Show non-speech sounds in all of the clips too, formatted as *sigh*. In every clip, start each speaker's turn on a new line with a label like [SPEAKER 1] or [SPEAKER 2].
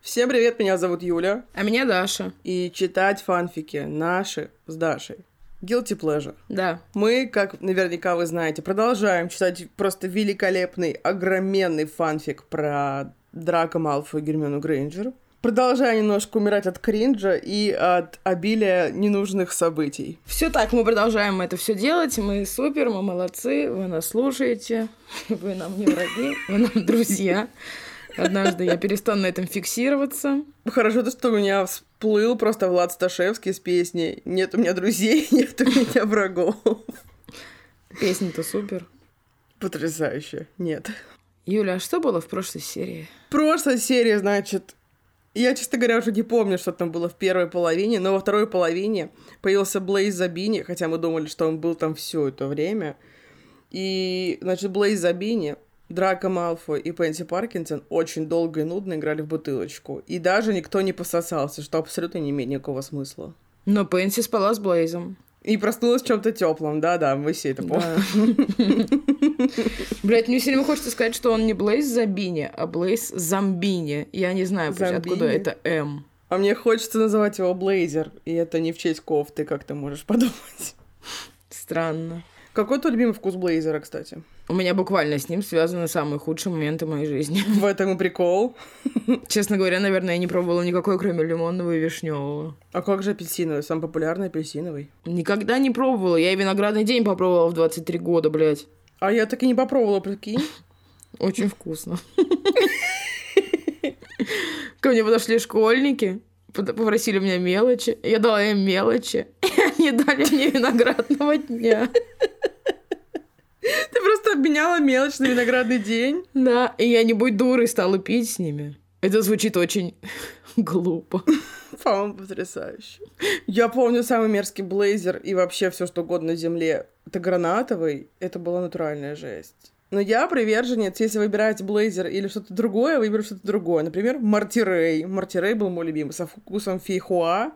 [SPEAKER 1] Всем привет, меня зовут Юля.
[SPEAKER 2] А меня Даша.
[SPEAKER 1] И читать фанфики наши с Дашей. Guilty Pleasure.
[SPEAKER 2] Да.
[SPEAKER 1] Мы, как наверняка вы знаете, продолжаем читать просто великолепный, огроменный фанфик про Драко Малфу и Гермиону Грейнджер. Продолжая немножко умирать от кринжа и от обилия ненужных событий.
[SPEAKER 2] Все так, мы продолжаем это все делать. Мы супер, мы молодцы, вы нас слушаете. *laughs* Вы нам не враги, вы нам друзья. Однажды я перестану на этом фиксироваться.
[SPEAKER 1] Хорошо то, что у меня всплыл просто Влад Сташевский с песней «Нет у меня друзей, *laughs* нет у меня врагов».
[SPEAKER 2] Песня-то супер.
[SPEAKER 1] Потрясающе. Нет.
[SPEAKER 2] Юля, а что было в прошлой серии?
[SPEAKER 1] Прошлая серия, значит, я, честно говоря, уже не помню, что там было в первой половине, но во второй половине появился Блейз Забини, хотя мы думали, что он был там все это время. И, значит, Блейз Забини Драко Малфой и Пенси Паркинсон очень долго и нудно играли в бутылочку. И даже никто не пососался, что абсолютно не имеет никакого смысла.
[SPEAKER 2] Но Пенси спала с Блейзом.
[SPEAKER 1] И проснулась в чем-то теплом, да-да, мы все это помним.
[SPEAKER 2] Блять, мне все время хочется сказать, что он не Блейз Забини, а Блейз Зомбини. Я не знаю, откуда это М.
[SPEAKER 1] А мне хочется называть его Блейзер, и это не в честь кофты, как ты можешь *laughs* подумать.
[SPEAKER 2] Странно.
[SPEAKER 1] Какой твой любимый вкус блейзера, кстати?
[SPEAKER 2] У меня буквально с ним связаны самые худшие моменты моей жизни.
[SPEAKER 1] В этом и прикол.
[SPEAKER 2] Честно говоря, наверное, я не пробовала никакой, кроме лимонного и вишневого.
[SPEAKER 1] А как же апельсиновый? Самый популярный апельсиновый.
[SPEAKER 2] Никогда не пробовала. Я и виноградный день попробовала в 23 года, блядь.
[SPEAKER 1] А я так и не попробовала, прикинь.
[SPEAKER 2] Очень вкусно. *laughs* Ко мне подошли школьники, попросили у меня мелочи. Я дала им мелочи. *laughs* Они дали мне виноградного дня.
[SPEAKER 1] *laughs* Ты просто обменяла мелочь на виноградный день.
[SPEAKER 2] Да, и я не будь дурой стала пить с ними. Это звучит очень *laughs* глупо.
[SPEAKER 1] По-моему, потрясающе. Я помню самый мерзкий блейзер и вообще все, что угодно на земле. Это гранатовый. Это была натуральная жесть. Но я приверженец, если выбираете блейзер или что-то другое, выберу что-то другое. Например, Мартирей. Мартирей был мой любимый, со вкусом фейхуа.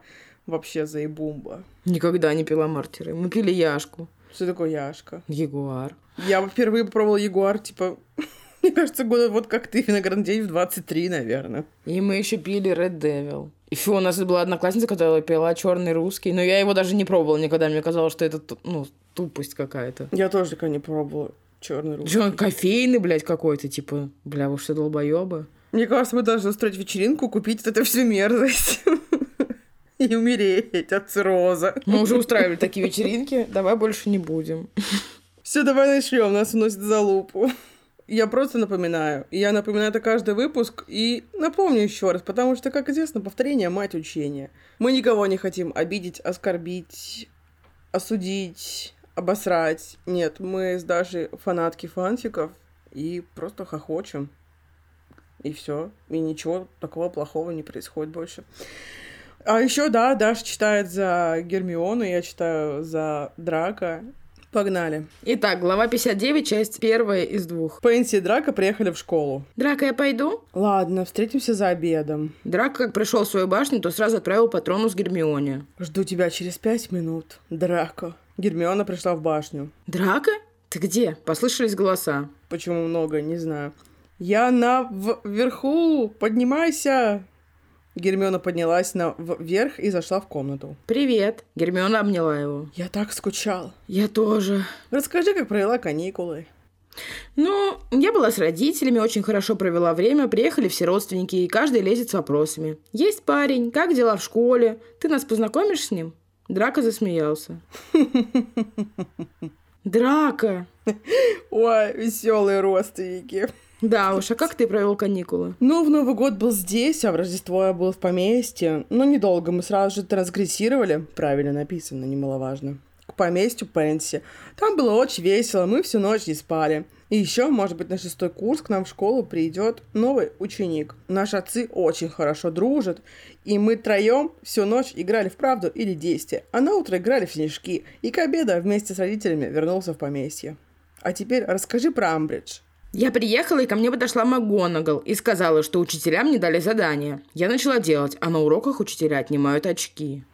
[SPEAKER 1] Вообще заебумба.
[SPEAKER 2] Никогда не пила Мартирей. Мы пили яшку.
[SPEAKER 1] Что такое яшка?
[SPEAKER 2] Ягуар.
[SPEAKER 1] Я впервые попробовала ягуар, типа, *laughs* мне кажется, года вот как ты, виноградный день в 23, наверное.
[SPEAKER 2] И мы еще пили Red Devil. И фу, у нас была одноклассница, которая пила черный русский, но я его даже не пробовала никогда, мне казалось, что это, ну, тупость какая-то.
[SPEAKER 1] Я тоже такая не пробовала черный русский.
[SPEAKER 2] Че, он кофейный, блядь, какой-то, типа, бля, вы что, долбоебы?
[SPEAKER 1] Мне кажется, мы должны устроить вечеринку, купить вот эту всю мерзость *laughs* и умереть от цирроза.
[SPEAKER 2] Мы уже устраивали такие вечеринки, давай больше не будем.
[SPEAKER 1] Все, давай начнем, нас уносит за лупу. Я просто напоминаю. Я напоминаю это каждый выпуск и напомню еще раз, потому что, как известно, повторение мать учения. Мы никого не хотим обидеть, оскорбить, осудить, обосрать. Нет, мы с Дашей фанатки фанфиков и просто хохочем. И все. И ничего такого плохого не происходит больше. А еще, да, Даша читает за Гермиону, я читаю за Драка. Погнали.
[SPEAKER 2] Итак, глава 59, часть первая из двух.
[SPEAKER 1] Пенси и Драка приехали в школу.
[SPEAKER 2] Драка, я пойду?
[SPEAKER 1] Ладно, встретимся за обедом.
[SPEAKER 2] Драка, как пришел в свою башню, то сразу отправил патрону с Гермионе.
[SPEAKER 1] Жду тебя через пять минут, Драко. Гермиона пришла в башню.
[SPEAKER 2] Драка? Ты где? Послышались голоса.
[SPEAKER 1] Почему много, не знаю. Я наверху, поднимайся. Гермиона поднялась наверх и зашла в комнату.
[SPEAKER 2] «Привет!» Гермиона обняла его.
[SPEAKER 1] «Я так скучал!»
[SPEAKER 2] «Я тоже!»
[SPEAKER 1] «Расскажи, как провела каникулы!»
[SPEAKER 2] «Ну, я была с родителями, очень хорошо провела время, приехали все родственники, и каждый лезет с вопросами. Есть парень, как дела в школе? Ты нас познакомишь с ним?» Драка засмеялся. Драка!
[SPEAKER 1] Ой, веселые родственники.
[SPEAKER 2] Да уж, а как ты провел каникулы?
[SPEAKER 1] Ну, в Новый год был здесь, а в Рождество я был в поместье. Но недолго, мы сразу же трансгрессировали. Правильно написано, немаловажно. К поместью Пенси. Там было очень весело, мы всю ночь не спали. И еще, может быть, на шестой курс к нам в школу придет новый ученик. Наши отцы очень хорошо дружат, и мы троем всю ночь играли в правду или действие, а на утро играли в снежки, и к обеду вместе с родителями вернулся в поместье. А теперь расскажи про Амбридж.
[SPEAKER 2] Я приехала, и ко мне подошла МакГонагал и сказала, что учителям не дали задание. Я начала делать, а на уроках учителя отнимают очки.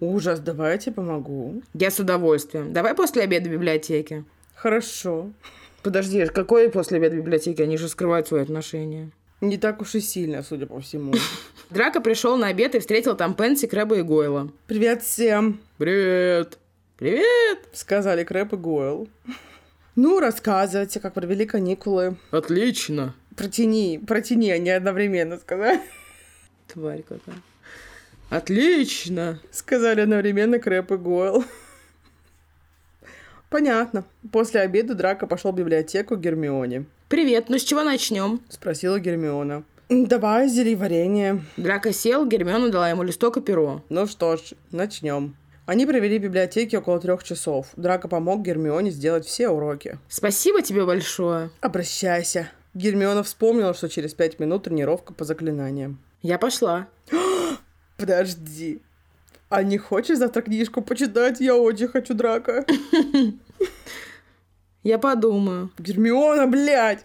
[SPEAKER 1] Ужас, давай я тебе помогу.
[SPEAKER 2] Я с удовольствием. Давай после обеда в библиотеке.
[SPEAKER 1] Хорошо.
[SPEAKER 2] Подожди, какой после обеда в библиотеке? Они же скрывают свои отношения.
[SPEAKER 1] Не так уж и сильно, судя по всему.
[SPEAKER 2] Драко пришел на обед и встретил там Пенси, Крэба и Гойла.
[SPEAKER 1] Привет всем,
[SPEAKER 2] Привет! Привет!
[SPEAKER 1] сказали Крэп и Гойл. Ну, рассказывайте, как провели каникулы.
[SPEAKER 2] Отлично!
[SPEAKER 1] Протяни, протяни, они одновременно сказали. *laughs*
[SPEAKER 2] Тварь какая. Отлично!
[SPEAKER 1] Сказали одновременно Крэп и Гойл. Понятно. После обеда Драко пошел в библиотеку к Гермионе.
[SPEAKER 2] Привет, ну с чего начнем?
[SPEAKER 1] Спросила Гермиона. Давай, зели варенье.
[SPEAKER 2] Драко сел, Гермиона дала ему листок и перо.
[SPEAKER 1] Ну что ж, начнем. Они провели в библиотеке около трех часов. Драко помог Гермионе сделать все уроки.
[SPEAKER 2] Спасибо тебе большое.
[SPEAKER 1] Обращайся. Гермиона вспомнила, что через пять минут тренировка по заклинаниям.
[SPEAKER 2] Я пошла.
[SPEAKER 1] Подожди. А не хочешь завтра книжку почитать? Я очень хочу драка.
[SPEAKER 2] Я подумаю.
[SPEAKER 1] Гермиона, блядь!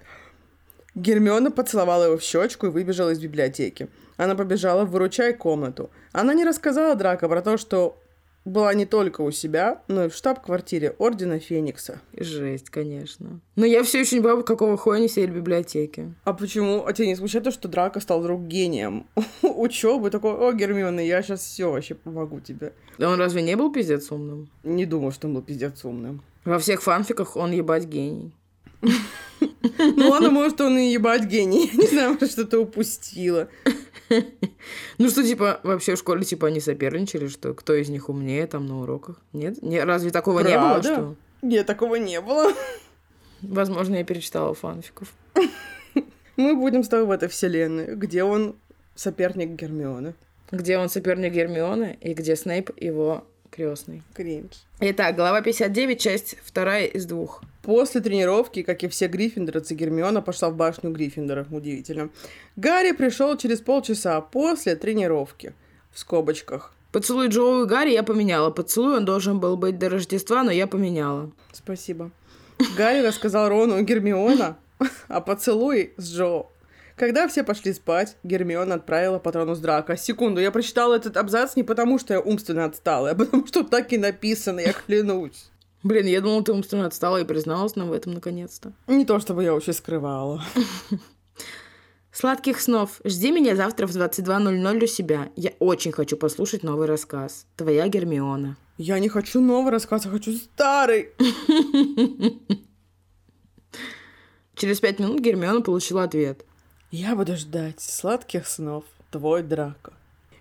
[SPEAKER 1] Гермиона поцеловала его в щечку и выбежала из библиотеки. Она побежала в выручай комнату. Она не рассказала Драко про то, что была не только у себя, но и в штаб-квартире Ордена Феникса.
[SPEAKER 2] Жесть, конечно. Но я все еще не понимаю, какого хуя они сидели в библиотеке.
[SPEAKER 1] А почему? А тебя не смущает то, что Драко стал вдруг гением *laughs* учебы? Такой, о, Гермиона, я сейчас все вообще помогу тебе.
[SPEAKER 2] Да он разве не был пиздец умным?
[SPEAKER 1] Не думал, что он был пиздец умным.
[SPEAKER 2] Во всех фанфиках он ебать гений.
[SPEAKER 1] Ну ладно, может, он и ебать гений. *laughs* Не знаю, может, что-то упустила.
[SPEAKER 2] Ну что, типа, вообще в школе, типа, они соперничали, что кто из них умнее там на уроках? Нет? Не, разве такого не было,
[SPEAKER 1] Правда? Нет, такого не было.
[SPEAKER 2] что? Возможно, я перечитала фанфиков.
[SPEAKER 1] Мы будем с тобой в этой вселенной, где он соперник Гермионы.
[SPEAKER 2] Где он соперник Гермионы и где Снейп его крестный.
[SPEAKER 1] Кринж.
[SPEAKER 2] Итак, глава 59, часть вторая из двух.
[SPEAKER 1] После тренировки, как и все гриффиндорцы, Гермиона пошла в башню Гриффиндора. Удивительно. Гарри пришел через полчаса после тренировки. В скобочках.
[SPEAKER 2] Поцелуй Джоу и Гарри я поменяла. Поцелуй он должен был быть до Рождества, но я поменяла.
[SPEAKER 1] Спасибо. Гарри рассказал Рону и Гермиона *laughs* о поцелуе с Джо. Когда все пошли спать, Гермиона отправила патрону с драка. Секунду, я прочитала этот абзац не потому, что я умственно отстала, а потому, что так и написано, я клянусь.
[SPEAKER 2] Блин, я думала, ты умственно отстала и призналась нам в этом наконец-то.
[SPEAKER 1] Не то, чтобы я очень скрывала.
[SPEAKER 2] Сладких снов. Жди меня завтра в 22.00 у себя. Я очень хочу послушать новый рассказ. Твоя Гермиона.
[SPEAKER 1] Я не хочу новый рассказ, я хочу старый.
[SPEAKER 2] Через пять минут Гермиона получила ответ.
[SPEAKER 1] Я буду ждать сладких снов, твой драка.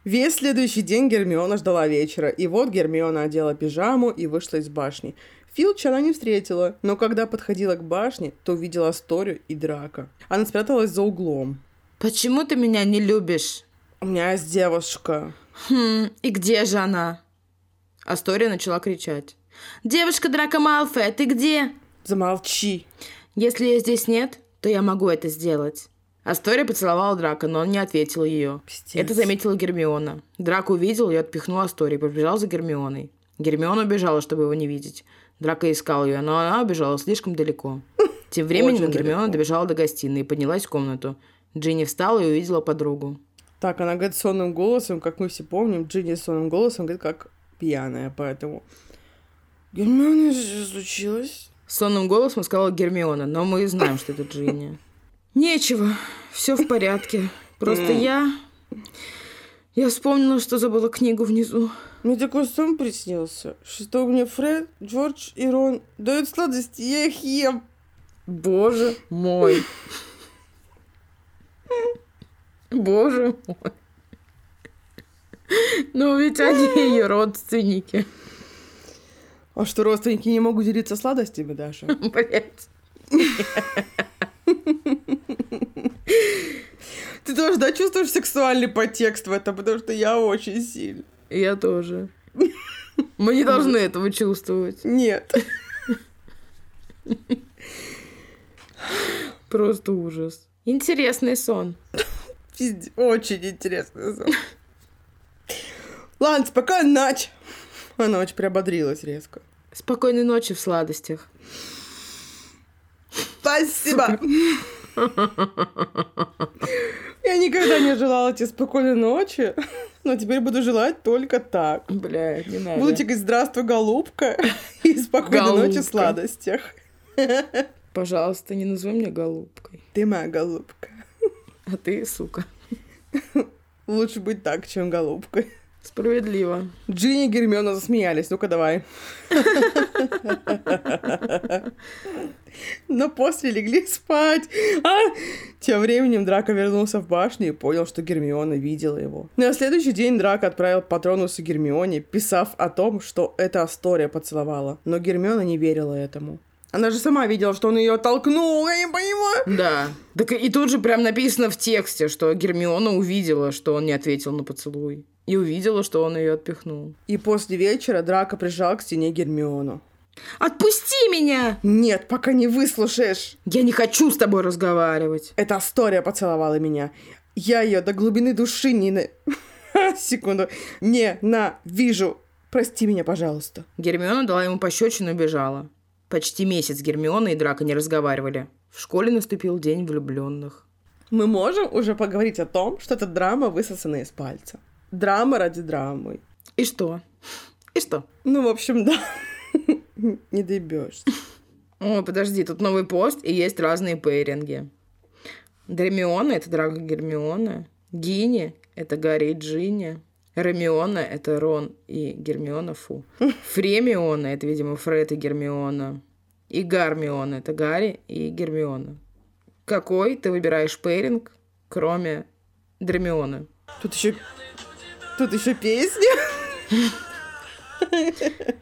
[SPEAKER 1] Весь следующий день Гермиона ждала вечера, и вот Гермиона одела пижаму и вышла из башни. Филча она не встретила, но когда подходила к башне, то увидела Асторию и Драка. Она спряталась за углом.
[SPEAKER 2] Почему ты меня не любишь?
[SPEAKER 1] «У меня есть девушка».
[SPEAKER 2] Хм, и где же она? Астория начала кричать. Девушка Драко Малфе, ты где?
[SPEAKER 1] «Замолчи!»
[SPEAKER 2] Если ее здесь нет, то я могу это сделать. Астория поцеловала Драка, но он не ответил ее.
[SPEAKER 1] Пиздец.
[SPEAKER 2] Это заметила Гермиона. Драк увидел и отпихнул Асторию, побежал за Гермионой. Гермиона убежала, чтобы его не видеть. Драка искал ее, но она убежала слишком *laughs* далеко. Тем временем
[SPEAKER 1] Очень
[SPEAKER 2] Гермиона
[SPEAKER 1] далеко.
[SPEAKER 2] добежала до гостиной и поднялась в комнату. Джинни встала и увидела подругу.
[SPEAKER 1] Так, она говорит сонным голосом, как мы все помним, Джинни сонным голосом говорит, как пьяная, поэтому... Гермиона, что случилось?
[SPEAKER 2] Сонным голосом сказала Гермиона, но мы знаем, что это Джинни. *laughs* Нечего, все в порядке. Просто
[SPEAKER 1] М.
[SPEAKER 2] я... Я вспомнила, что забыла книгу внизу.
[SPEAKER 1] Мне такой сон приснился, что мне Фред, Джордж и Рон дают сладости, я их ем.
[SPEAKER 2] Боже мой. Боже мой. Ну ведь они ее родственники.
[SPEAKER 1] А что, родственники не могут делиться сладостями даже?
[SPEAKER 2] Блять.
[SPEAKER 1] *laughs* Ты тоже, да, чувствуешь сексуальный подтекст в этом, потому что я очень сильно.
[SPEAKER 2] Я тоже. Мы не должны этого чувствовать.
[SPEAKER 1] Нет.
[SPEAKER 2] Просто ужас. Интересный сон.
[SPEAKER 1] Пизде- Очень интересный *laughs* сон. Ладно, спокойной ночи. Она очень приободрилась резко.
[SPEAKER 2] Спокойной ночи в сладостях.
[SPEAKER 1] Спасибо. Я никогда не желала тебе спокойной ночи, но теперь буду желать только так.
[SPEAKER 2] Блядь, не надо.
[SPEAKER 1] Буду тебе говорить «Здравствуй, голубка» и «Спокойной ночи
[SPEAKER 2] Голубка.
[SPEAKER 1] в сладостях».
[SPEAKER 2] Пожалуйста, не называй меня голубкой.
[SPEAKER 1] Ты моя голубка.
[SPEAKER 2] а ты сука.
[SPEAKER 1] Лучше быть так, чем голубкой.
[SPEAKER 2] Справедливо.
[SPEAKER 1] Джинни и Гермиона засмеялись. Ну-ка, давай. Но после легли спать. А? Тем временем Драко вернулся в башню и понял, что Гермиона видела его. Ну, На следующий день Драко отправил Патронусу Гермионе, писав о том, что это Астория поцеловала. Но Гермиона не верила этому. Она же сама видела, что он ее толкнул, я не понимаю.
[SPEAKER 2] Да. Так и тут же прям написано в тексте, что Гермиона увидела, что он не ответил на поцелуй. И увидела, что он ее отпихнул.
[SPEAKER 1] И после вечера Драко прижал к стене Гермиону.
[SPEAKER 2] Отпусти меня!
[SPEAKER 1] Нет, пока не выслушаешь.
[SPEAKER 2] Я не хочу с тобой разговаривать.
[SPEAKER 1] Эта Астория поцеловала меня. Я ее до глубины души не... на- *laughs* Секунду. Ненавижу. Прости меня, пожалуйста.
[SPEAKER 2] Гермиона дала ему пощечину и убежала. Почти месяц Гермиона и Драко не разговаривали. В школе наступил день влюбленных.
[SPEAKER 1] Мы можем уже поговорить о том, что эта драма высосана из пальца. Драма ради драмы.
[SPEAKER 2] И что? И что?
[SPEAKER 1] Ну, в общем, да. *laughs* Не доебешься.
[SPEAKER 2] О, подожди, тут новый пост и есть разные пейринги. Дремиона — это Драго Гермиона. Гини — это Гарри и Джинни. Ромиона — это Рон и Гермиона, *laughs* фу. Фремиона — это, видимо, Фред и Гермиона. И Гармиона — это Гарри и Гермиона. Какой ты выбираешь пейринг, кроме Дремиона?
[SPEAKER 1] Тут еще... Тут еще песня. *laughs*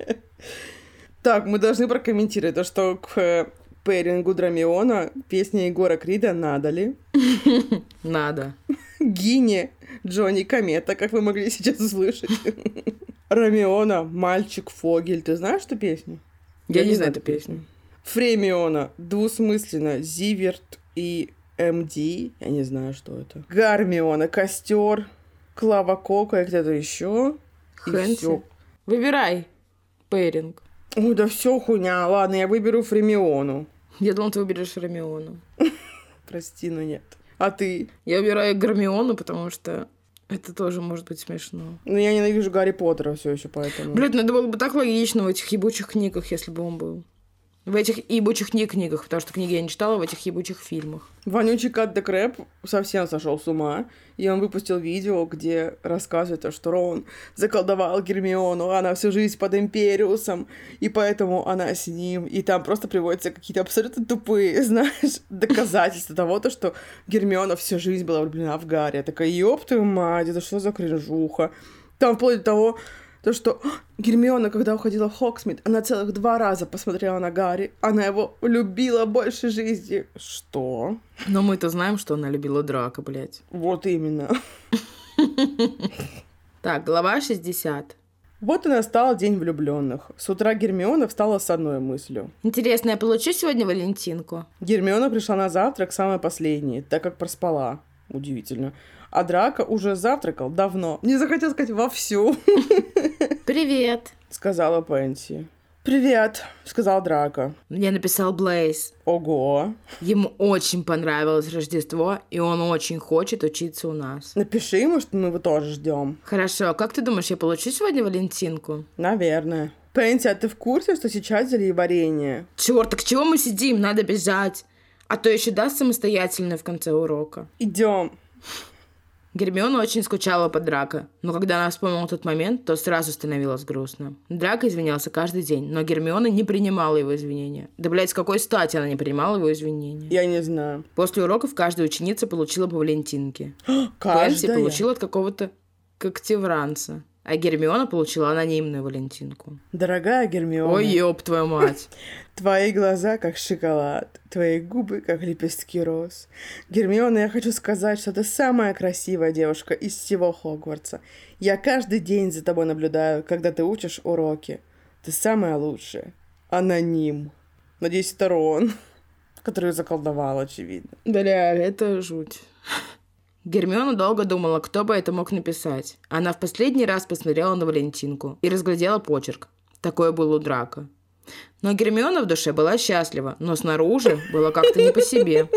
[SPEAKER 1] Так, мы должны прокомментировать то, что к э, пейрингу Драмиона песни Егора Крида надали.
[SPEAKER 2] Надо.
[SPEAKER 1] Гине Джонни Комета, как вы могли сейчас услышать. *laughs* Ромеона, мальчик Фогель. Ты знаешь эту песню?
[SPEAKER 2] Я, не знаю эту песню.
[SPEAKER 1] Фремиона, двусмысленно, Зиверт и МД, я не знаю, что это. Гармиона, Костер, Клава Кока и кто-то еще. И
[SPEAKER 2] Хэнси.
[SPEAKER 1] всё.
[SPEAKER 2] Выбирай пейринг.
[SPEAKER 1] Ой, да все хуйня. Ладно, я выберу Фремиону.
[SPEAKER 2] Я думал, ты выберешь Ромеону.
[SPEAKER 1] Прости, но нет. А ты?
[SPEAKER 2] Я выбираю Гармиону, потому что это тоже может быть смешно.
[SPEAKER 1] Ну, я ненавижу Гарри Поттера все еще, поэтому...
[SPEAKER 2] Блядь, надо было бы так логично в этих ебучих книгах, если бы он был. В этих ебучих не книгах, потому что книги я не читала, в этих ебучих фильмах.
[SPEAKER 1] Вонючий Кат де Крэп совсем сошел с ума, и он выпустил видео, где рассказывает, то, что Рон заколдовал Гермиону, она всю жизнь под Империусом, и поэтому она с ним. И там просто приводятся какие-то абсолютно тупые, *laughs* знаешь, доказательства того, то, что Гермиона всю жизнь была влюблена в Гарри. Я такая, ёб твою мать, это что за кринжуха? Там вплоть до того, то, что «А, Гермиона, когда уходила в Хоксмит, она целых два раза посмотрела на Гарри. Она его любила больше жизни. Что?
[SPEAKER 2] Но мы-то знаем, что она любила драка, блядь.
[SPEAKER 1] Вот именно.
[SPEAKER 2] Так, глава 60.
[SPEAKER 1] Вот и настал день влюбленных. С утра Гермиона встала с одной мыслью.
[SPEAKER 2] Интересно, я получу сегодня Валентинку?
[SPEAKER 1] Гермиона пришла на завтрак самое последнее, так как проспала. Удивительно. А Драко уже завтракал давно. Не захотел сказать вовсю, *laughs*
[SPEAKER 2] Привет.
[SPEAKER 1] сказала Пенси. «Привет», — сказал Драко.
[SPEAKER 2] Я написал Блейз.
[SPEAKER 1] «Ого,
[SPEAKER 2] Ему очень понравилось Рождество, и он очень хочет учиться у нас.
[SPEAKER 1] напиши ему, что мы его тоже ждем».
[SPEAKER 2] Хорошо, а как ты думаешь, я получу сегодня Валентинку?
[SPEAKER 1] «Наверное». «Пенси, а ты в курсе, что сейчас взяли и варенье?»
[SPEAKER 2] Черт, так чего мы сидим? Надо бежать. А то еще даст самостоятельно в конце урока.
[SPEAKER 1] «Идем».
[SPEAKER 2] Гермиона очень скучала по Драко, но когда она вспомнила тот момент, то сразу становилось грустно. Драко извинялся каждый день, но Гермиона не принимала его извинения. Да, блядь, с какой стати она не принимала его извинения?
[SPEAKER 1] Я не знаю.
[SPEAKER 2] После уроков каждая ученица получила по Валентинке. Пенси
[SPEAKER 1] Каждая.
[SPEAKER 2] получила от какого-то когтевранца, а Гермиона получила анонимную Валентинку.
[SPEAKER 1] Дорогая Гермиона.
[SPEAKER 2] Ой, ёб твою мать.
[SPEAKER 1] Твои глаза как шоколад, твои губы как лепестки роз. Гермиона, я хочу сказать, что ты самая красивая девушка из всего Хогвартса. Я каждый день за тобой наблюдаю, когда ты учишь уроки. Ты самая лучшая. Аноним. Надеюсь, это Рон, *laughs* который её заколдовал, очевидно.
[SPEAKER 2] Бля, это жуть. Гермиона долго думала, кто бы это мог написать. Она в последний раз посмотрела на Валентинку и разглядела почерк. Такое было у Драка. Но Гермиона в душе была счастлива, но снаружи было как-то не по себе.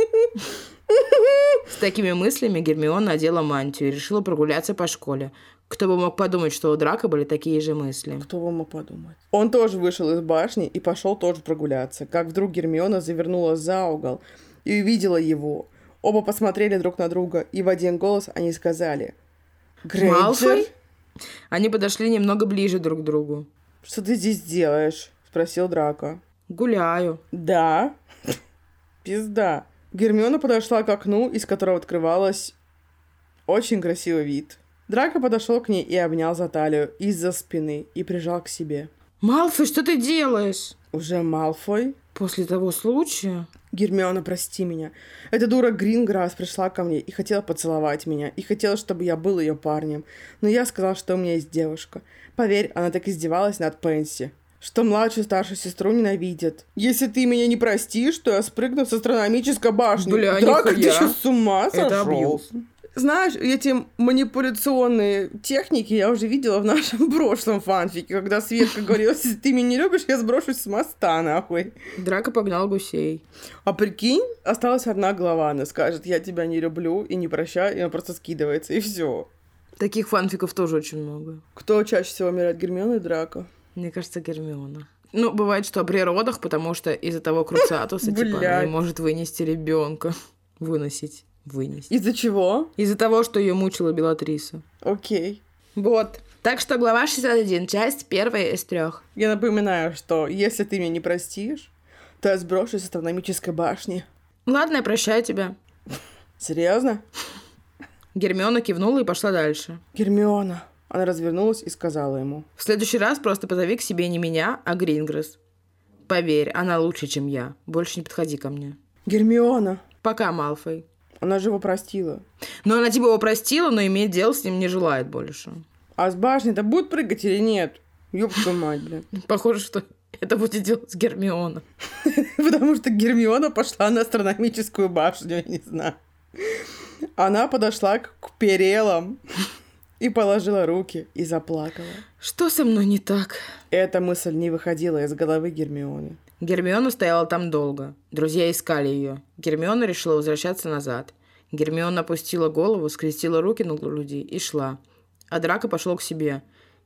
[SPEAKER 2] С такими мыслями Гермиона одела мантию и решила прогуляться по школе. Кто бы мог подумать, что у Драка были такие же мысли.
[SPEAKER 1] Ну, Кто бы мог подумать? Он тоже вышел из башни и пошел тоже прогуляться, как вдруг Гермиона завернула за угол и увидела его. Оба посмотрели друг на друга, и в один голос они сказали «Грейнджер,
[SPEAKER 2] Малфой? Они подошли немного ближе друг к другу.
[SPEAKER 1] что ты здесь делаешь?» – спросил Драко.
[SPEAKER 2] Гуляю.
[SPEAKER 1] «Да». *laughs* Пизда. Гермиона подошла к окну, из которого открывалась очень красивый вид. Драко подошел к ней и обнял за талию из-за спины и прижал к себе.
[SPEAKER 2] Малфой, что ты делаешь?
[SPEAKER 1] Уже Малфой?
[SPEAKER 2] После того случая?
[SPEAKER 1] Гермиона, прости меня. Эта дура Гринграсс пришла ко мне и хотела поцеловать меня, и хотела, чтобы я был ее парнем. Но я сказал, что у меня есть девушка. Поверь, она так издевалась над Пенси. Что младшую старшую сестру ненавидит. Если ты меня не простишь, то я спрыгну с астрономической башни.
[SPEAKER 2] Бля,
[SPEAKER 1] Драка, ты
[SPEAKER 2] нихуя.
[SPEAKER 1] сейчас с ума сошел?
[SPEAKER 2] Это абьюз.
[SPEAKER 1] Знаешь, эти манипуляционные техники я уже видела в нашем *laughs* прошлом фанфике, когда Светка говорила, если ты меня не любишь, я сброшусь с моста, нахуй.
[SPEAKER 2] Драка погнал гусей.
[SPEAKER 1] А прикинь, осталась одна глава, она скажет, я тебя не люблю и не прощаю, и она просто скидывается, и все.
[SPEAKER 2] Таких фанфиков тоже очень много.
[SPEAKER 1] Кто чаще всего умирает, Гермиона и Драко?
[SPEAKER 2] Мне кажется, Гермиона. Ну, бывает, что при родах, потому что из-за того круциатуса, типа, она
[SPEAKER 1] Блядь.
[SPEAKER 2] не может вынести ребенка. Выносить. Вынести.
[SPEAKER 1] Из-за чего?
[SPEAKER 2] Из-за того, что ее мучила Белатриса.
[SPEAKER 1] Окей.
[SPEAKER 2] Вот. Так что глава 61, часть первая из трех.
[SPEAKER 1] Я напоминаю, что если ты меня не простишь, то я сброшусь с астрономической башни.
[SPEAKER 2] Ладно, я прощаю тебя.
[SPEAKER 1] Серьезно?
[SPEAKER 2] Гермиона кивнула и пошла дальше.
[SPEAKER 1] Гермиона. Она развернулась и сказала ему.
[SPEAKER 2] В следующий раз просто позови к себе не меня, а Грингресс. Поверь, она лучше, чем я. Больше не подходи ко мне.
[SPEAKER 1] Гермиона.
[SPEAKER 2] Пока, Малфой.
[SPEAKER 1] Она же его простила.
[SPEAKER 2] Но она типа его простила, но иметь дело с ним не желает больше.
[SPEAKER 1] А с башни-то будет прыгать или нет? Ёб твою мать, блин.
[SPEAKER 2] Похоже, что *laughs* это будет делать Гермиона.
[SPEAKER 1] *laughs* Потому что Гермиона пошла на астрономическую башню, я не знаю. Она подошла к, к перелам *laughs* и положила руки и заплакала.
[SPEAKER 2] Что со мной не так?
[SPEAKER 1] Эта мысль не выходила из головы Гермионы.
[SPEAKER 2] Гермиона стояла там долго. Друзья искали ее. Гермиона решила возвращаться назад. Гермиона опустила голову, скрестила руки на груди и шла. А Драка пошел к себе.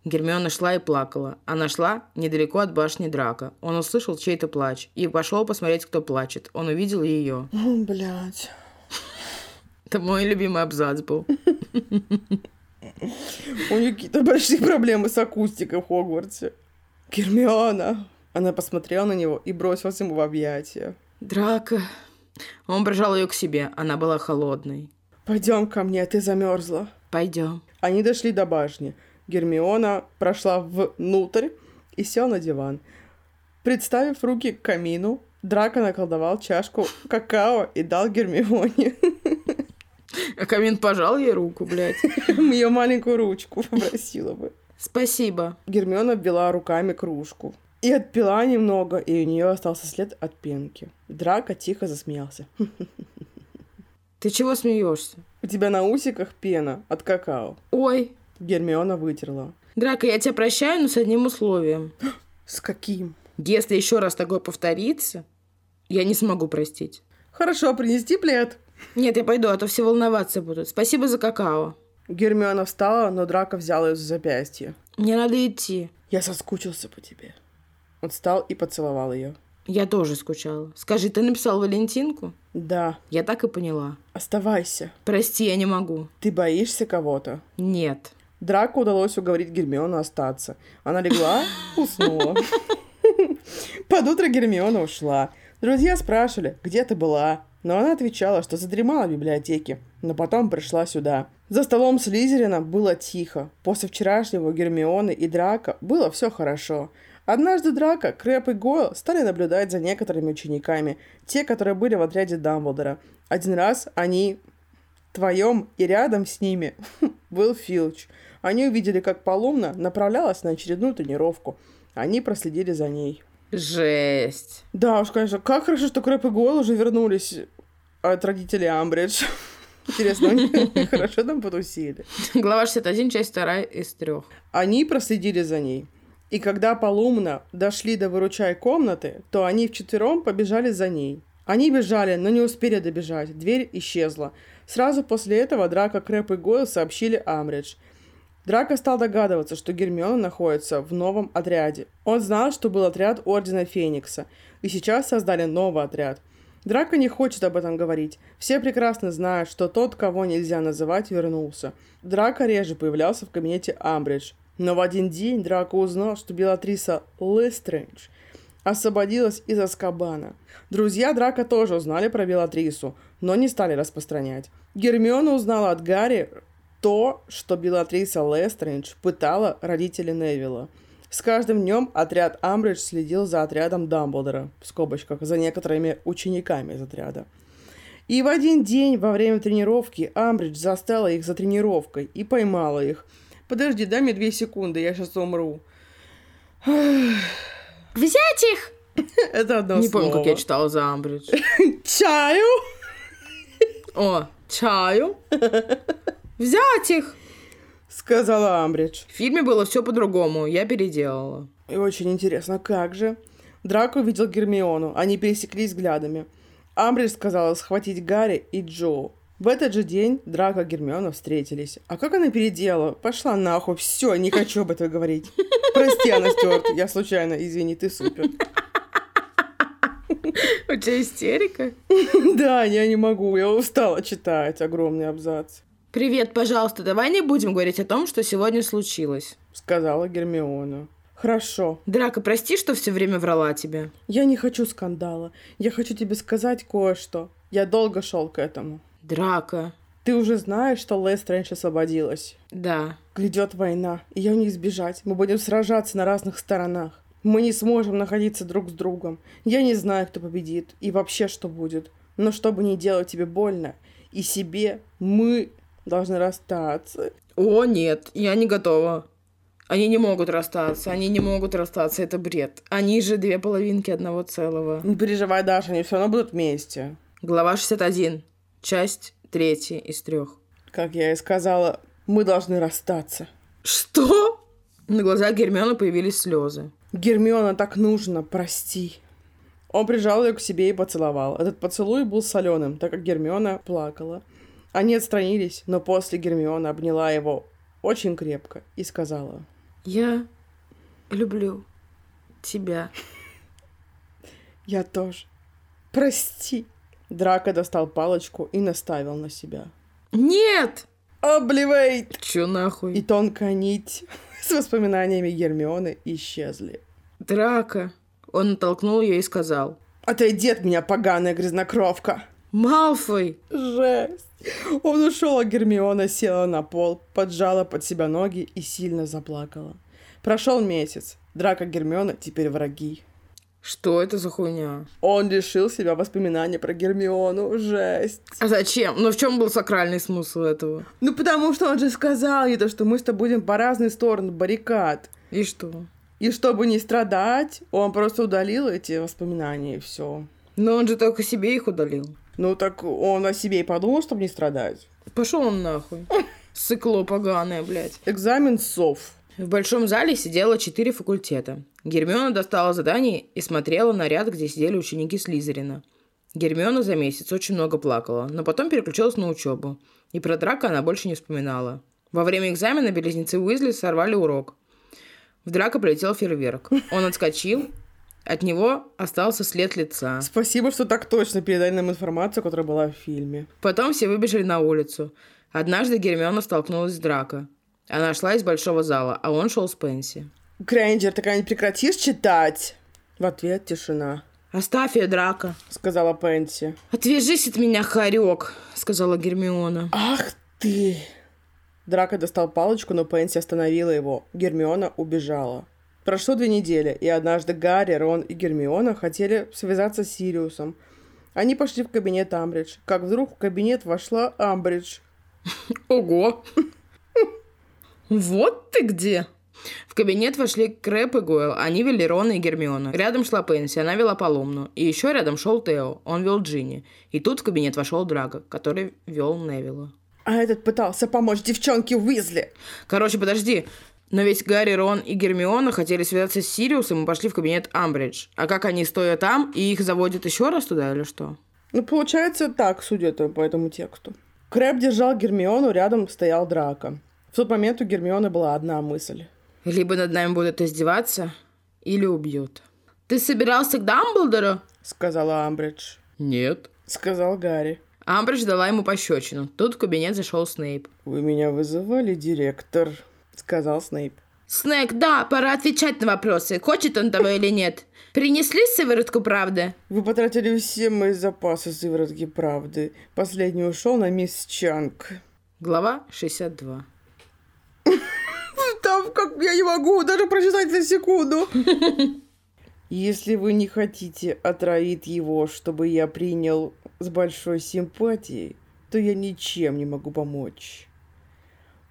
[SPEAKER 2] Гермиона шла и плакала. Она шла недалеко от башни Драка. Он услышал чей-то плач и пошел посмотреть, кто плачет. Он увидел ее.
[SPEAKER 1] О, блядь.
[SPEAKER 2] Это мой любимый абзац был.
[SPEAKER 1] У нее какие-то большие проблемы с акустикой в Хогвартсе. Гермиона. Она посмотрела на него и бросилась ему в объятия.
[SPEAKER 2] Драка. Он прижал ее к себе. Она была холодной.
[SPEAKER 1] Пойдем ко мне, ты замерзла.
[SPEAKER 2] Пойдем.
[SPEAKER 1] Они дошли до башни. Гермиона прошла внутрь и села на диван. Представив руки к камину, Драко наколдовал чашку какао и дал Гермионе *laughs*
[SPEAKER 2] А Камин пожал ей руку, блядь.
[SPEAKER 1] ее маленькую ручку, попросила бы.
[SPEAKER 2] Спасибо.
[SPEAKER 1] Гермиона обвела руками кружку и отпила немного, и у нее остался след от пенки. Драко тихо засмеялся. «Хм,
[SPEAKER 2] Ты чего смеешься?
[SPEAKER 1] У тебя на усиках пена от какао.
[SPEAKER 2] Ой,
[SPEAKER 1] Гермиона вытерла.
[SPEAKER 2] Драка, я тебя прощаю, но с одним условием.
[SPEAKER 1] С каким?
[SPEAKER 2] Если еще раз такое повторится, я не смогу простить.
[SPEAKER 1] Хорошо, принести плед.
[SPEAKER 2] Нет, я пойду, а то все волноваться будут. Спасибо за какао.
[SPEAKER 1] Гермиона встала, но Драко взял ее за запястье.
[SPEAKER 2] Мне надо идти.
[SPEAKER 1] «Я соскучился по тебе». Он встал и поцеловал ее.
[SPEAKER 2] Я тоже скучала. Скажи, ты написал Валентинку?
[SPEAKER 1] «Да,
[SPEAKER 2] Я так и поняла.
[SPEAKER 1] оставайся.
[SPEAKER 2] Прости, я не могу.
[SPEAKER 1] Ты боишься кого-то?»
[SPEAKER 2] Нет.
[SPEAKER 1] Драко удалось уговорить Гермиону остаться. Она легла, уснула. Под утро Гермиона ушла. Друзья спрашивали, где ты была? Но она отвечала, что задремала в библиотеке, но потом пришла сюда. За столом Слизерина было тихо. После вчерашнего у Гермионы и Драка было все хорошо. Однажды Драка, Крэп и Гойл стали наблюдать за некоторыми учениками, те, которые были в отряде Дамблдора. Один раз они твоем и рядом с ними *laughs* был Филч. Они увидели, как Паломна направлялась на очередную тренировку. Они проследили за ней.
[SPEAKER 2] Жесть.
[SPEAKER 1] Да уж, конечно, как хорошо, что Крэп и Гойл уже вернулись от родителей Амбридж. *laughs* Интересно, они *laughs* хорошо там потусили.
[SPEAKER 2] *laughs* Глава 61, часть 2 из трех.
[SPEAKER 1] Они проследили за ней. И когда Палумна дошли до выручай комнаты, то они вчетвером побежали за ней. Они бежали, но не успели добежать. Дверь исчезла. Сразу после этого Драко, Крэп и Гойл сообщили Амридж. Драко стал догадываться, что Гермиона находится в новом отряде. Он знал, что был отряд Ордена Феникса, и сейчас создали новый отряд. Драка не хочет об этом говорить. Все прекрасно знают, что тот, кого нельзя называть, вернулся. Драка реже появлялся в кабинете Амбридж. Но в один день Драко узнал, что Белатриса Лестрендж освободилась из Аскабана. Друзья Драка тоже узнали про Белатрису, но не стали распространять. Гермиона узнала от Гарри то, что Белатриса Лестрендж пытала родителей Невилла. С каждым днем отряд Амбридж следил за отрядом Дамблдора, в скобочках, за некоторыми учениками из отряда. И в один день во время тренировки Амбридж застала их за тренировкой и поймала их. «Подожди, дай мне две секунды, я сейчас умру». *laughs*
[SPEAKER 2] Взять их!
[SPEAKER 1] Это одно
[SPEAKER 2] Не
[SPEAKER 1] слово.
[SPEAKER 2] помню, как я читала за Амбридж.
[SPEAKER 1] Чаю?
[SPEAKER 2] О, чаю. Взять их!
[SPEAKER 1] Сказала Амбридж.
[SPEAKER 2] В фильме было все по-другому, я переделала.
[SPEAKER 1] И очень интересно, как же? Драко увидел Гермиону, они пересеклись взглядами. Амбридж сказала схватить Гарри и Джо. В этот же день Драко и Гермиона встретились. А как она переделала? Пошла нахуй, все, не хочу об этом говорить. Прости, Анна Стюарт, я случайно, извини, ты супер.
[SPEAKER 2] У тебя истерика?
[SPEAKER 1] Да, я не могу, я устала читать огромный абзац,
[SPEAKER 2] Привет, пожалуйста, давай не будем говорить о том, что сегодня случилось.
[SPEAKER 1] сказала Гермиона. Хорошо,
[SPEAKER 2] Драка, прости, что все время врала тебе.
[SPEAKER 1] я не хочу скандала. Я хочу тебе сказать кое-что. Я долго шел к этому.
[SPEAKER 2] Драка.
[SPEAKER 1] Ты уже знаешь, что Лест раньше освободилась.
[SPEAKER 2] Да.
[SPEAKER 1] Грядет война, ее не избежать. Мы будем сражаться на разных сторонах. Мы не сможем находиться друг с другом. Я не знаю, кто победит и вообще, что будет. Но чтобы не делать тебе больно и себе, мы должны расстаться.
[SPEAKER 2] О, нет, я не готова. Они не могут расстаться, они не могут расстаться, это бред. Они же две половинки одного целого.
[SPEAKER 1] Не переживай, Даша, они все равно будут вместе.
[SPEAKER 2] Глава 61, часть третья из трех.
[SPEAKER 1] Как я и сказала, мы должны расстаться.
[SPEAKER 2] Что? На глазах Гермиона появились слезы.
[SPEAKER 1] Гермиона, так нужно, прости. Он прижал ее к себе и поцеловал. Этот поцелуй был соленым, так как Гермиона плакала. Они отстранились, но после Гермиона обняла его очень крепко и сказала.
[SPEAKER 2] Я люблю тебя.
[SPEAKER 1] Я тоже. Прости. Драко достал палочку и наставил на себя.
[SPEAKER 2] Нет!
[SPEAKER 1] Обливейт!
[SPEAKER 2] Чё
[SPEAKER 1] И
[SPEAKER 2] нахуй?
[SPEAKER 1] тонкая нить *laughs* с воспоминаниями Гермионы исчезли.
[SPEAKER 2] Драка. Он натолкнул ее и сказал.
[SPEAKER 1] Отойди от меня, поганая грязнокровка!
[SPEAKER 2] Малфой!
[SPEAKER 1] Жесть. Он ушел, а Гермиона села на пол, поджала под себя ноги и сильно заплакала. Прошел месяц. Драка и Гермиона теперь враги.
[SPEAKER 2] Что это за хуйня?
[SPEAKER 1] Он лишил себя воспоминаний про Гермиону. Жесть.
[SPEAKER 2] А зачем? Ну в чем был сакральный смысл этого?
[SPEAKER 1] Ну, потому что он же сказал ей то, что мы с тобой будем по разные стороны баррикад.
[SPEAKER 2] И что?
[SPEAKER 1] И чтобы не страдать, он просто удалил эти воспоминания и все.
[SPEAKER 2] Но он же только себе их удалил.
[SPEAKER 1] Ну, так он о себе и подумал, чтобы не страдать.
[SPEAKER 2] Пошел он нахуй. Сыкло поганое, блядь.
[SPEAKER 1] Экзамен сов.
[SPEAKER 2] В большом зале сидело четыре факультета. Гермиона достала задание и смотрела на ряд, где сидели ученики Слизерина. Гермиона за месяц очень много плакала, но потом переключилась на учебу. И про драка она больше не вспоминала. Во время экзамена близнецы Уизли сорвали урок. В драка прилетел фейерверк. Он отскочил, от него остался след лица.
[SPEAKER 1] Спасибо, что так точно передали нам информацию, которая была в фильме.
[SPEAKER 2] Потом все выбежали на улицу. Однажды Гермиона столкнулась с Драко. Она шла из большого зала, а он шел с Пенси.
[SPEAKER 1] Грэнджер, ты когда-нибудь прекратишь читать? В ответ тишина,
[SPEAKER 2] «Оставь ее, Драко!»
[SPEAKER 1] сказала Пенси.
[SPEAKER 2] «Отвяжись от меня, хорек!» — сказала Гермиона.
[SPEAKER 1] Ах ты! Драко достал палочку, но Пенси остановила его. Гермиона убежала. Прошло две недели, и однажды Гарри, Рон и Гермиона хотели связаться с Сириусом. Они пошли в кабинет Амбридж. Как вдруг в кабинет вошла Амбридж.
[SPEAKER 2] «Ого!» «Вот ты где!» В кабинет вошли Крэп и Гойл. Они вели Рона и Гермиону. Рядом шла Пенси, она вела Паломну. И еще рядом шел Тео, он вел Джинни. И тут в кабинет вошел Драго, который вел Невилла.
[SPEAKER 1] А этот пытался помочь девчонке Уизли.
[SPEAKER 2] Короче, подожди. Но ведь Гарри, Рон и Гермиона хотели связаться с Сириусом и пошли в кабинет Амбридж. А как они стоят там, и их заводят еще раз туда или что?
[SPEAKER 1] Ну, получается так, судя это- по этому тексту. Крэб держал Гермиону, рядом стоял Драко. В тот момент у Гермионы была одна мысль.
[SPEAKER 2] Либо над нами будут издеваться, или убьют. Ты собирался к Дамблдору?
[SPEAKER 1] Сказала Амбридж.
[SPEAKER 2] Нет.
[SPEAKER 1] Сказал Гарри.
[SPEAKER 2] Амбридж дала ему пощечину. Тут в кабинет зашел Снейп.
[SPEAKER 1] Вы меня вызывали, директор, сказал Снейп.
[SPEAKER 2] Снэк, да, пора отвечать на вопросы, хочет он того или нет. Принесли сыворотку правды?
[SPEAKER 1] Вы потратили все мои запасы сыворотки правды. Последний ушел на мисс Чанг.
[SPEAKER 2] Глава 62.
[SPEAKER 1] Там как я не могу даже прочитать на секунду. Если вы не хотите отравить его, чтобы я принял с большой симпатией, то я ничем не могу помочь.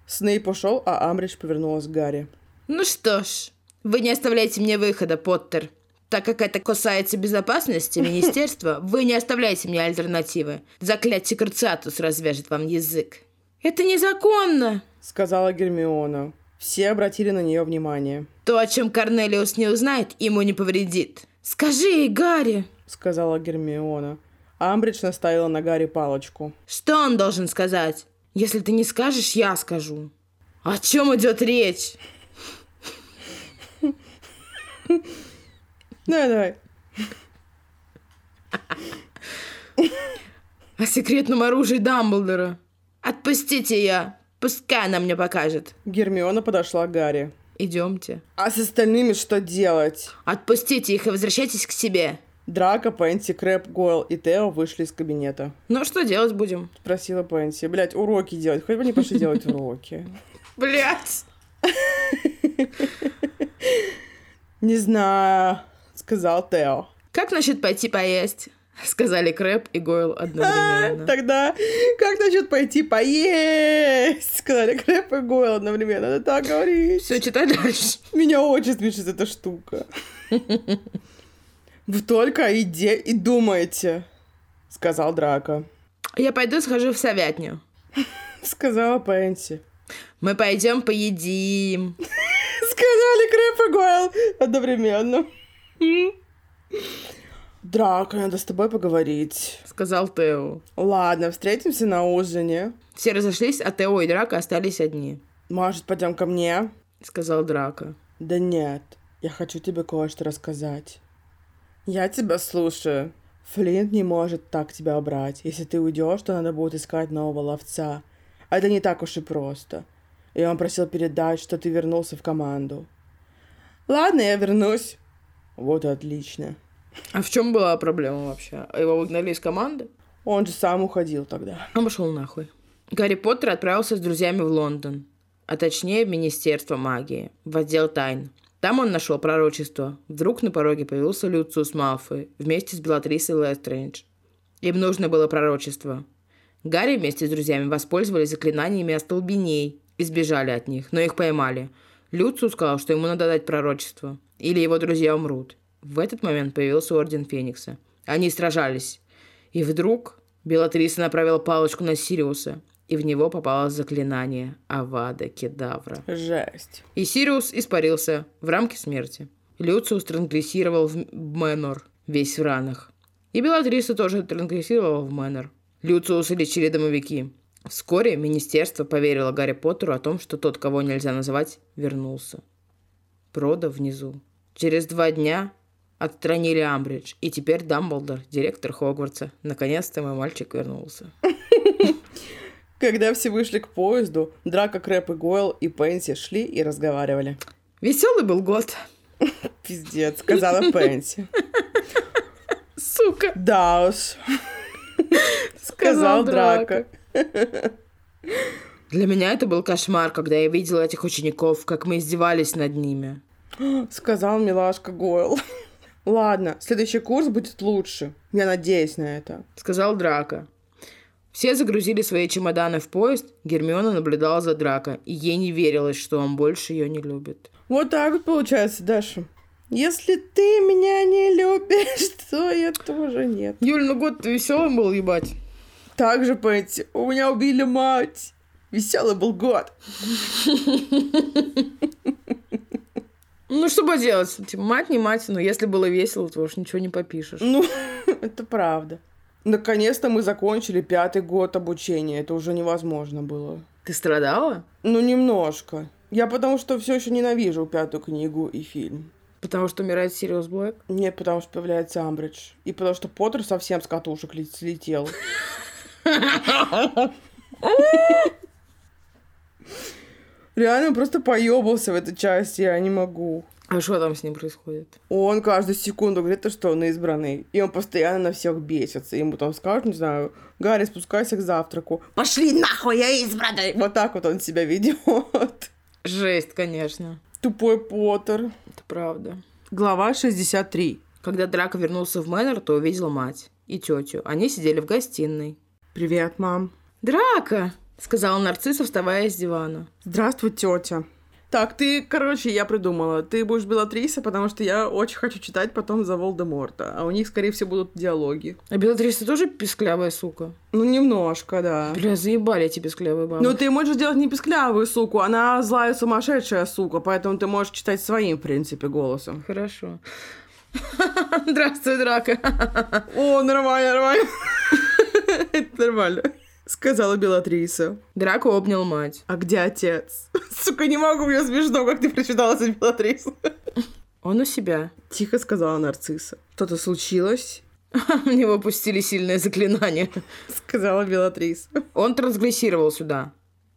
[SPEAKER 1] Снейп ушел, а Амридж повернулась к Гарри.
[SPEAKER 2] Ну что ж, вы не оставляете мне выхода, Поттер. Так как это касается безопасности министерства, вы не оставляете мне альтернативы. Заклятие Курциатус развяжет вам язык. Это незаконно!
[SPEAKER 1] Сказала Гермиона. Все обратили на нее внимание.
[SPEAKER 2] То, о чем Корнелиус не узнает, ему не повредит. Скажи ей, Гарри,
[SPEAKER 1] Сказала Гермиона. Амбридж наставила на Гарри палочку.
[SPEAKER 2] что он должен сказать? Если ты не скажешь, я скажу. О чем идет речь?
[SPEAKER 1] Давай, давай.
[SPEAKER 2] О секретном оружии Дамблдора. Отпустите я. Пускай она мне покажет.
[SPEAKER 1] Гермиона подошла к Гарри.
[SPEAKER 2] Идемте.
[SPEAKER 1] А с остальными что делать?
[SPEAKER 2] Отпустите их и возвращайтесь к себе.
[SPEAKER 1] Драка, Пенси, Крэп, Гойл и Тео вышли из кабинета.
[SPEAKER 2] Ну что делать будем?
[SPEAKER 1] Спросила Пенси. Блять, уроки делать. Хоть бы не пошли делать уроки.
[SPEAKER 2] Блять.
[SPEAKER 1] Не знаю, сказал Тео.
[SPEAKER 2] Как насчет пойти поесть? Сказали Крэп и Гойл
[SPEAKER 1] А,
[SPEAKER 2] одновременно.
[SPEAKER 1] Тогда как насчет пойти поесть? Сказали Крэп и Гойл одновременно. Надо так говорить.
[SPEAKER 2] Все, читай дальше.
[SPEAKER 1] Меня очень смешит эта штука. Вы только о еде и думаете, сказал Драко.
[SPEAKER 2] Я пойду схожу в совятню.
[SPEAKER 1] Сказала Пенси.
[SPEAKER 2] Мы пойдем поедим.
[SPEAKER 1] Сказали Крэп и Гойл одновременно. Драко, надо с тобой поговорить.
[SPEAKER 2] Сказал Тео.
[SPEAKER 1] Ладно, встретимся на ужине.
[SPEAKER 2] Все разошлись, а Тео и Драка остались одни.
[SPEAKER 1] Может, пойдем ко мне?
[SPEAKER 2] Сказал Драка.
[SPEAKER 1] Да нет, я хочу тебе кое-что рассказать. Я тебя слушаю. Флинт не может так тебя брать. Если ты уйдешь, то надо будет искать нового ловца. А Это не так уж и просто. И он просил передать, что ты вернулся в команду. Ладно, я вернусь. Вот и отлично.
[SPEAKER 2] А в чем была проблема вообще? А Его выгнали из команды?
[SPEAKER 1] Он же сам уходил тогда.
[SPEAKER 2] Он пошел нахуй. Гарри Поттер отправился с друзьями в Лондон, а точнее в Министерство магии, в отдел тайн. Там он нашел пророчество. Вдруг на пороге появился Люциус Малфой вместе с Белатрисой Лестрендж. Им нужно было пророчество. Гарри вместе с друзьями воспользовались заклинаниями остолбеней и сбежали от них, но их поймали. Люциус сказал, что ему надо дать пророчество, или его друзья умрут. В этот момент появился Орден Феникса. Они сражались. И вдруг Белатриса направила палочку на Сириуса, и в него попало заклинание Авада Кедавра.
[SPEAKER 1] Жесть.
[SPEAKER 2] И Сириус испарился в рамке смерти. Люциус транглиссировал в М- Мэнор, весь в ранах. И Белатриса тоже транглиссировала в Мэнор. Люциуса лечили домовики. Вскоре министерство поверило Гарри Поттеру о том, что тот, кого нельзя называть, вернулся. Прода внизу. Через два дня отстранили Амбридж, и теперь Дамблдор, директор Хогвартса. Наконец-то мой мальчик вернулся.
[SPEAKER 1] Когда все вышли к поезду, Драко, Крэп и Гойл и Пенси шли и разговаривали.
[SPEAKER 2] Веселый был год.
[SPEAKER 1] Пиздец, сказала *laughs* Пенси.
[SPEAKER 2] Сука.
[SPEAKER 1] Да уж. *laughs* Сказал Драко.
[SPEAKER 2] Для меня это был кошмар, когда я видела этих учеников, как мы издевались над ними.
[SPEAKER 1] Сказал милашка Гойл. Ладно, следующий курс будет лучше. Я надеюсь на это.
[SPEAKER 2] Сказал Драка. Все загрузили свои чемоданы в поезд, Гермиона наблюдала за Драко, и ей не верилось, что он больше ее не любит.
[SPEAKER 1] Вот так вот получается, Даша. Если ты меня не любишь, *laughs* то я тоже нет.
[SPEAKER 2] Юль, ну год ты веселым был, ебать.
[SPEAKER 1] Так же, Пенси, у меня убили мать. Веселый был год.
[SPEAKER 2] Ну что поделать, типа, мать не мать, но если было весело, то уж ничего не попишешь.
[SPEAKER 1] Ну, *laughs* это правда. Наконец-то мы закончили пятый год обучения. Это уже невозможно было.
[SPEAKER 2] Ты страдала?
[SPEAKER 1] Ну, немножко. Я потому что все еще ненавижу пятую книгу и фильм.
[SPEAKER 2] Потому что умирает Сириус Блэк.
[SPEAKER 1] Нет, потому что появляется Амбридж. И потому что Поттер совсем с катушек ле- слетел. Реально просто поебался в этой части, я не могу.
[SPEAKER 2] А что там с ним происходит?
[SPEAKER 1] Он каждую секунду говорит, то, что он избранный. И он постоянно на всех бесится. Ему там скажут, не знаю, Гарри, спускайся к завтраку. Пошли нахуй, я избранный! Вот так вот он себя ведет.
[SPEAKER 2] Жесть, конечно.
[SPEAKER 1] *laughs* Тупой Поттер.
[SPEAKER 2] Это правда.
[SPEAKER 1] Глава 63.
[SPEAKER 2] Когда Драко вернулся в Мэннер, то увидел мать и тетю. Они сидели в гостиной.
[SPEAKER 1] Привет, мам.
[SPEAKER 2] «Драко!» — сказала нарцисса, вставая с дивана.
[SPEAKER 1] Здравствуй, тетя. Так, ты, короче, я придумала. Ты будешь Белатриса, потому что я очень хочу читать потом за Волдеморта. А у них, скорее всего, будут диалоги.
[SPEAKER 2] А Белатриса тоже песклявая сука?
[SPEAKER 1] Ну, немножко, да.
[SPEAKER 2] Бля, заебали эти песклявые бабы.
[SPEAKER 1] Ну, ты можешь делать не песклявую суку, она злая сумасшедшая сука, поэтому ты можешь читать своим, в принципе, голосом.
[SPEAKER 2] Хорошо. *laughs* Здравствуй, Драко.
[SPEAKER 1] О, нормально, нормально. *laughs* Это нормально. Сказала Белатриса.
[SPEAKER 2] Драко обнял мать.
[SPEAKER 1] А где отец? Сука, не могу, мне смешно, как ты прочитала за Белатрису.
[SPEAKER 2] Он у себя. *laughs*
[SPEAKER 1] Тихо сказала нарцисса. Что-то случилось?
[SPEAKER 2] У него пустили сильное заклинание.
[SPEAKER 1] Сказала Белатриса.
[SPEAKER 2] *laughs* Он трансгрессировал сюда.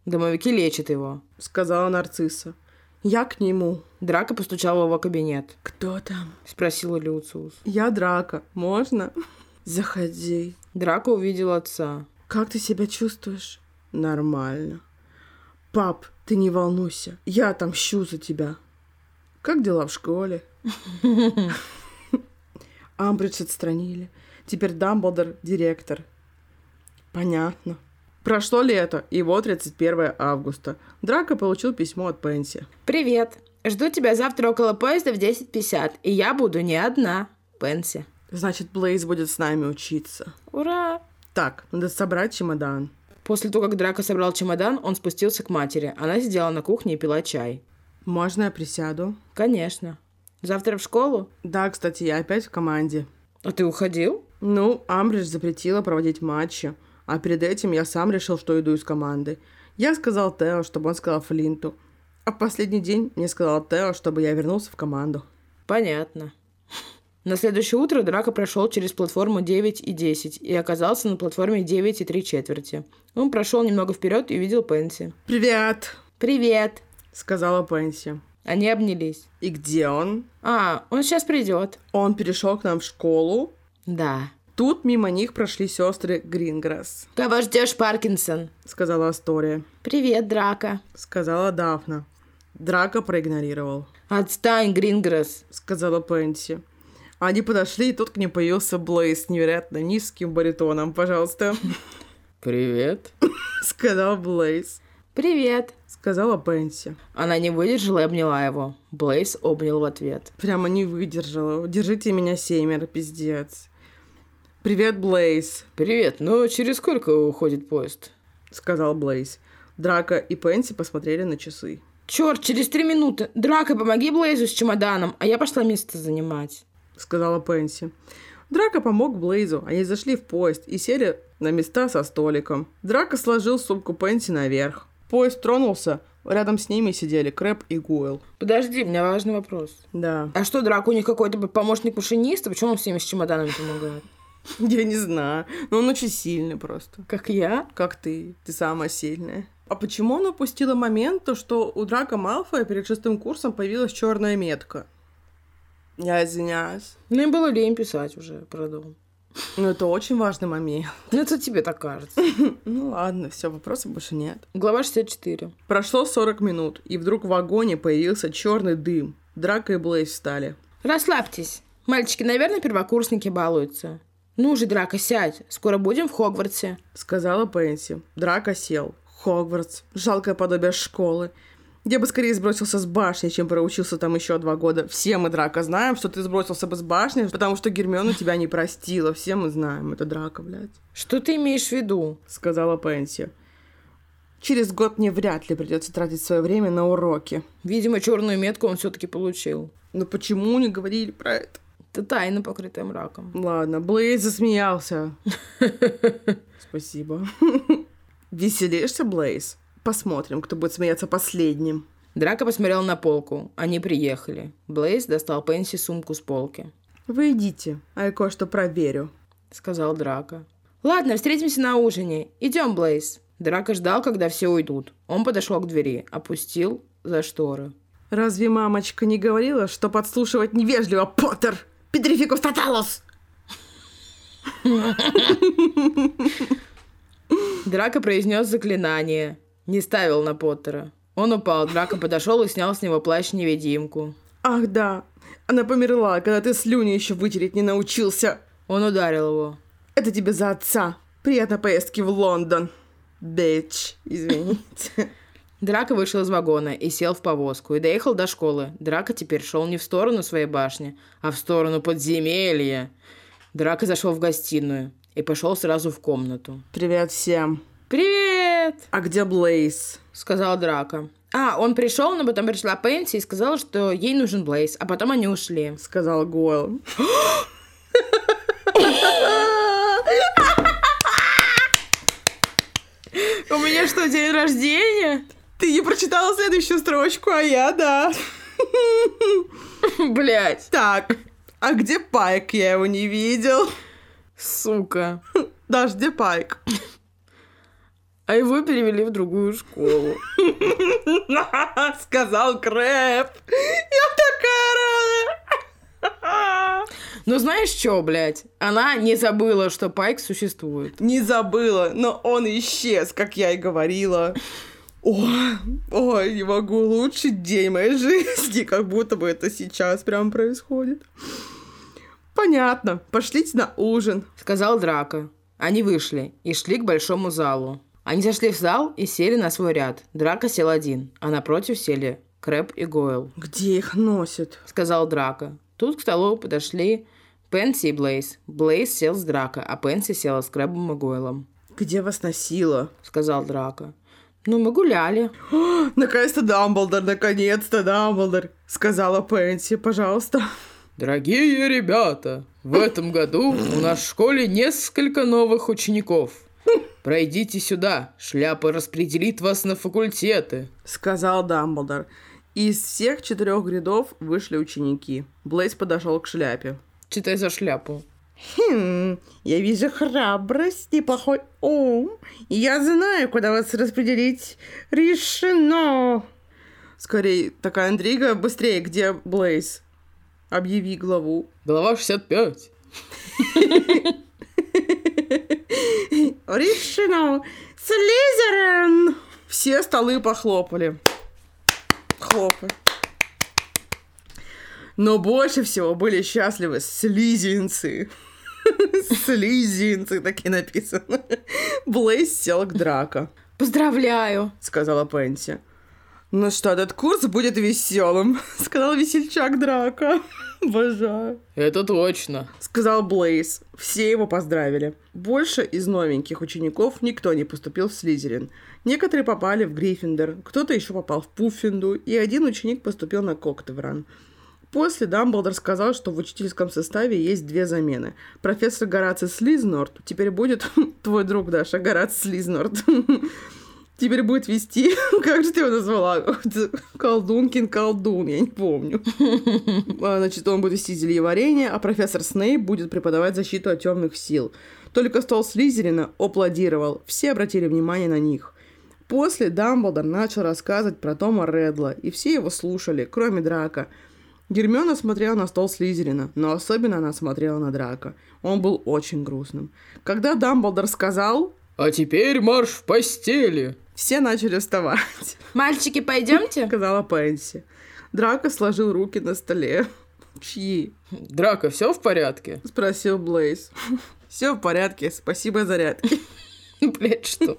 [SPEAKER 2] Домовики лечат его.
[SPEAKER 1] Сказала нарцисса. Я к нему.
[SPEAKER 2] Драко постучал в его кабинет.
[SPEAKER 1] Кто там?
[SPEAKER 2] Спросила Люциус.
[SPEAKER 1] Я Драка. Можно? Заходи.
[SPEAKER 2] Драко увидел отца.
[SPEAKER 1] Как ты себя чувствуешь? Нормально. Пап, ты не волнуйся. Я отомщу за тебя. Как дела в *laughs* школе? Амбридж отстранили. Теперь Дамблдор директор. Понятно. Прошло лето, и вот 31 августа. Драко получил письмо от Пенси.
[SPEAKER 2] Привет. Жду тебя завтра около поезда в 10.50. И я буду не одна. Пенси.
[SPEAKER 1] Значит, Блейз будет с нами учиться.
[SPEAKER 2] Ура!
[SPEAKER 1] Так, надо собрать чемодан.
[SPEAKER 2] После того, как Драко собрал чемодан, он спустился к матери. Она сидела на кухне и пила чай.
[SPEAKER 1] Можно я присяду?
[SPEAKER 2] Конечно. Завтра в школу?
[SPEAKER 1] Да, кстати, я опять в команде.
[SPEAKER 2] А ты уходил?
[SPEAKER 1] Ну, Амбридж запретила проводить матчи, а перед этим я сам решил, что иду из команды. Я сказал Тео, чтобы он сказал Флинту. А в последний день мне сказал Тео, чтобы я вернулся в команду.
[SPEAKER 2] Понятно. На следующее утро Драко прошел через платформу 9 и 10 и оказался на платформе 9 и 3 четверти. Он прошел немного вперед и увидел Пенси.
[SPEAKER 1] «Привет!»
[SPEAKER 2] «Привет!»
[SPEAKER 1] — сказала Пенси.
[SPEAKER 2] Они обнялись.
[SPEAKER 1] «И где он?»
[SPEAKER 2] «А, он сейчас придет».
[SPEAKER 1] Он перешел к нам в школу.
[SPEAKER 2] «Да».
[SPEAKER 1] Тут мимо них прошли сестры Гринграсс,
[SPEAKER 2] «Кого ждешь, Паркинсон?»
[SPEAKER 1] сказала Астория.
[SPEAKER 2] «Привет, Драко».
[SPEAKER 1] Сказала Дафна. Драко проигнорировал.
[SPEAKER 2] «Отстань, Гринграсс!»
[SPEAKER 1] сказала Пенси. Они подошли, и тут к ним появился Блейз с невероятно низким баритоном. Пожалуйста,
[SPEAKER 2] «Привет».
[SPEAKER 1] *laughs* сказал Блейз.
[SPEAKER 2] «Привет».
[SPEAKER 1] Сказала Пенси.
[SPEAKER 2] Она не выдержала и обняла его. Блейз обнял в ответ.
[SPEAKER 1] Прямо не выдержала. Держите меня семеро, пиздец. Привет, Блейз,
[SPEAKER 2] «Привет, ну через сколько уходит поезд?»
[SPEAKER 1] сказал Блейз. Драка и Пенси посмотрели на часы.
[SPEAKER 2] Черт, через три минуты. Драка, помоги Блейзу с чемоданом, а я пошла место занимать.
[SPEAKER 1] сказала Пенси. Драко помог Блейзу, они зашли в поезд и сели на места со столиком. Драко сложил сумку Пенси наверх. Поезд тронулся, рядом с ними сидели Крэп и Гойл.
[SPEAKER 2] Подожди, у меня важный вопрос.
[SPEAKER 1] Да. *laughs*
[SPEAKER 2] А что, Драко у них какой-то помощник машиниста? Почему он всеми с чемоданами помогает?
[SPEAKER 1] Я не знаю, но он очень сильный просто.
[SPEAKER 2] *laughs* Как я?
[SPEAKER 1] Как ты, ты самая сильная. А почему он упустила момент, то что у Драка Малфоя перед шестым курсом появилась черная метка? Я извиняюсь.
[SPEAKER 2] Ну, им было лень писать уже про дом.
[SPEAKER 1] Но это очень важный момент. *laughs*
[SPEAKER 2] Ну, это тебе так кажется.
[SPEAKER 1] Ну ладно, все, вопросов больше нет.
[SPEAKER 2] Глава 64.
[SPEAKER 1] Прошло 40 минут, и вдруг в вагоне появился черный дым. Драка и Блейз встали.
[SPEAKER 2] Расслабьтесь. Мальчики, наверное, первокурсники балуются. Ну же, Драко, сядь. Скоро будем в Хогвартсе.
[SPEAKER 1] Сказала Пенси. Драка сел. Хогвартс. Жалкое подобие школы. Я бы скорее сбросился с башни, чем проучился там еще два года. Все мы, Драка, знаем, что ты сбросился бы с башни, потому что Гермиона тебя не простила. Все мы знаем, это Драка, блядь.
[SPEAKER 2] Что ты имеешь в виду?
[SPEAKER 1] Сказала Пенси. Через год мне вряд ли придется тратить свое время на уроки.
[SPEAKER 2] Видимо, черную метку он все-таки получил.
[SPEAKER 1] Но почему не говорили про это?
[SPEAKER 2] Это тайна, покрытая мраком.
[SPEAKER 1] Ладно, Блейз засмеялся. *laughs* Спасибо. Веселишься, Блейз? Посмотрим, кто будет смеяться последним.
[SPEAKER 2] Драка посмотрел на полку. Они приехали. Блейз достал Пенси сумку с полки.
[SPEAKER 1] Вы идите, а я кое-что проверю.
[SPEAKER 2] Сказал Драка. «Ладно, встретимся на ужине. Идем, Блейз». Драка ждал, когда все уйдут. Он подошел к двери, опустил за шторы.
[SPEAKER 1] Разве мамочка не говорила, что подслушивать невежливо, Поттер? Петрификус Таталос!
[SPEAKER 2] Драка произнес заклинание. Не ставил на Поттера. Он упал, Драка подошел и снял с него плащ-невидимку.
[SPEAKER 1] Ах да, она померла, когда ты слюни еще вытереть не научился.
[SPEAKER 2] Он ударил его.
[SPEAKER 1] Это тебе за отца. Приятной поездки в Лондон. Бич, извините.
[SPEAKER 2] Драка вышел из вагона и сел в повозку и доехал до школы. Драка теперь шел не в сторону своей башни, а в сторону подземелья. Драка зашел в гостиную и пошел сразу в комнату.
[SPEAKER 1] Привет всем.
[SPEAKER 2] «Привет!»
[SPEAKER 1] А где Блейз?
[SPEAKER 2] — сказал Драка. А, он пришел, но потом пришла Пенси и сказала, что ей нужен Блейз, а потом они ушли.
[SPEAKER 1] Сказал Гойл.
[SPEAKER 2] У меня что, день рождения?
[SPEAKER 1] Ты не прочитала следующую строчку, а я да.
[SPEAKER 2] Блять,
[SPEAKER 1] Так, а где Пайк? Я его не видел.
[SPEAKER 2] сука.
[SPEAKER 1] Даже где Пайк?
[SPEAKER 2] А его перевели в другую школу.
[SPEAKER 1] *laughs* Сказал Крэп. Я такая рада.
[SPEAKER 2] Ну знаешь что, блядь? Она не забыла, что Пайк существует.
[SPEAKER 1] Не забыла, но он исчез, как я и говорила. О, ой, не могу, лучший день моей жизни, как будто бы это сейчас прям происходит. Понятно, пошлите на ужин.
[SPEAKER 2] Сказал Драка. Они вышли и шли к большому залу. Они зашли в зал и сели на свой ряд. Драка сел один, а напротив сели Крэп и Гойл.
[SPEAKER 1] Где их носят?
[SPEAKER 2] — сказал Драка. Тут к столу подошли Пенси и Блейз. Блейз сел с Драка, а Пенси села с Крэбом и Гойлом,
[SPEAKER 1] Где вас носило?
[SPEAKER 2] — сказал Драка. «Ну, мы гуляли»,
[SPEAKER 1] Наконец-то Дамблдор, наконец-то Дамблдор, сказала Пенси, пожалуйста.
[SPEAKER 2] Дорогие ребята, в этом году у нас в школе несколько новых учеников. Пройдите сюда, шляпа распределит вас на факультеты.
[SPEAKER 1] Сказал Дамблдор. Из всех четырех грядов вышли ученики. Блейз подошел к шляпе.
[SPEAKER 2] Читай за шляпу.
[SPEAKER 1] Хм, я вижу храбрость, неплохой ум. Я знаю, куда вас распределить. Решено. Скорее, такая интрига. Быстрее, где Блейз? Объяви главу.
[SPEAKER 2] Глава 65.
[SPEAKER 1] Решено. Слизерин! Все столы похлопали. Хлопы. Но больше всего были счастливы слизинцы. Слизинцы, такие написано. Блейз сел к драка,
[SPEAKER 2] Поздравляю.
[SPEAKER 1] сказала Пенси. Ну что, этот курс будет веселым, сказал весельчак драка. Обожаю
[SPEAKER 2] Это точно.
[SPEAKER 1] сказал Блейз. Все его поздравили. Больше из новеньких учеников никто не поступил в Слизерин. Некоторые попали в Гриффиндор, кто-то еще попал в Пуффинду, и один ученик поступил на Коктевран. После Дамблдор сказал, что в учительском составе есть две замены. Профессор Гораций Слизнорд теперь будет... *laughs* Твой друг, Даша, Гораций Слизнорд. *laughs* Теперь будет вести... *laughs* Как же ты его назвала? *laughs* Колдункин колдун, я не помню. А, Значит, он будет вести зельеварение, а профессор Снейп будет преподавать защиту от темных сил. Только стол Слизерина аплодировал. Все обратили внимание на них. После Дамблдор начал рассказывать про Тома Редла, и все его слушали, кроме Драка. Гермиона смотрела на стол Слизерина, но особенно она смотрела на Драка. Он был очень грустным. Когда Дамблдор сказал,
[SPEAKER 3] А теперь марш в постели.
[SPEAKER 1] все начали вставать, *laughs*
[SPEAKER 2] Мальчики, пойдемте?
[SPEAKER 1] сказала Пенси. Драка сложил руки на столе. Чьи?
[SPEAKER 3] Драка, все в
[SPEAKER 2] *laughs*
[SPEAKER 3] порядке?
[SPEAKER 1] — спросил Блейз. *laughs* Все в порядке, спасибо за ряд. *laughs*
[SPEAKER 2] Блять, что?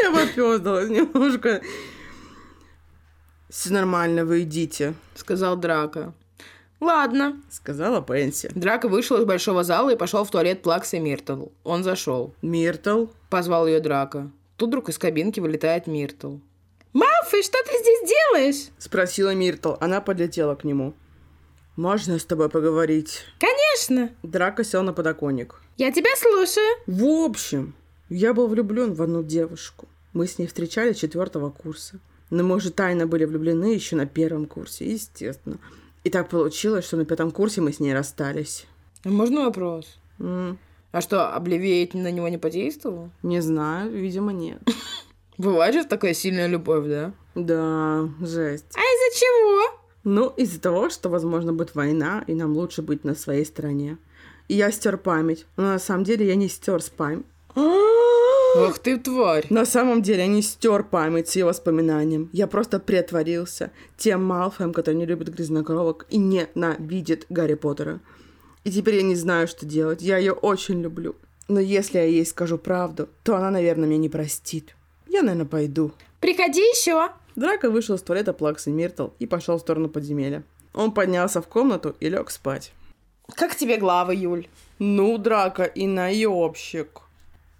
[SPEAKER 1] Я попёздалась немножко. Все нормально, вы идите,
[SPEAKER 2] *laughs* Сказал Драка. Ладно.
[SPEAKER 1] сказала Пенси.
[SPEAKER 2] Драка вышел из большого зала и пошел в туалет Плакса Миртл. Он зашел.
[SPEAKER 1] Миртл,
[SPEAKER 2] Позвал ее Драка. Тут вдруг из кабинки вылетает Миртл. Малфой, что ты здесь делаешь?
[SPEAKER 1] спросила Миртл. Она подлетела к нему. Можно с тобой поговорить?
[SPEAKER 2] Конечно.
[SPEAKER 1] Драка сел на подоконник.
[SPEAKER 2] Я тебя слушаю.
[SPEAKER 1] В общем, я был влюблен в одну девушку. Мы с ней встречали четвертого курса. Но мы уже тайно были влюблены еще на первом курсе, естественно. И так получилось, что на пятом курсе мы с ней расстались.
[SPEAKER 2] А Можно вопрос?
[SPEAKER 1] М,
[SPEAKER 2] А что, облевеять на него не подействовал?
[SPEAKER 1] Не знаю, видимо, нет. *laughs*
[SPEAKER 2] Бывает же такая сильная любовь, да?
[SPEAKER 1] Да, жесть.
[SPEAKER 2] А из-за чего?
[SPEAKER 1] Ну, из-за того, что, возможно, будет война, и нам лучше быть на своей стороне. И я стер память. Но на самом деле я не стер память.
[SPEAKER 3] Ах ты тварь.
[SPEAKER 1] На самом деле я не стер память с ее воспоминанием. Я просто притворился тем Малфоем, который не любит грязнокровок и ненавидит Гарри Поттера. И теперь я не знаю, что делать. Я ее очень люблю. Но если я ей скажу правду, то она, наверное, меня не простит. Я, наверное, пойду.
[SPEAKER 2] Приходи еще.
[SPEAKER 1] Драко вышел из туалета Плаксы Миртл и пошел в сторону подземелья. Он поднялся в комнату и лег спать.
[SPEAKER 2] Как тебе глава, Юль?
[SPEAKER 1] Ну, Драко и наебщик.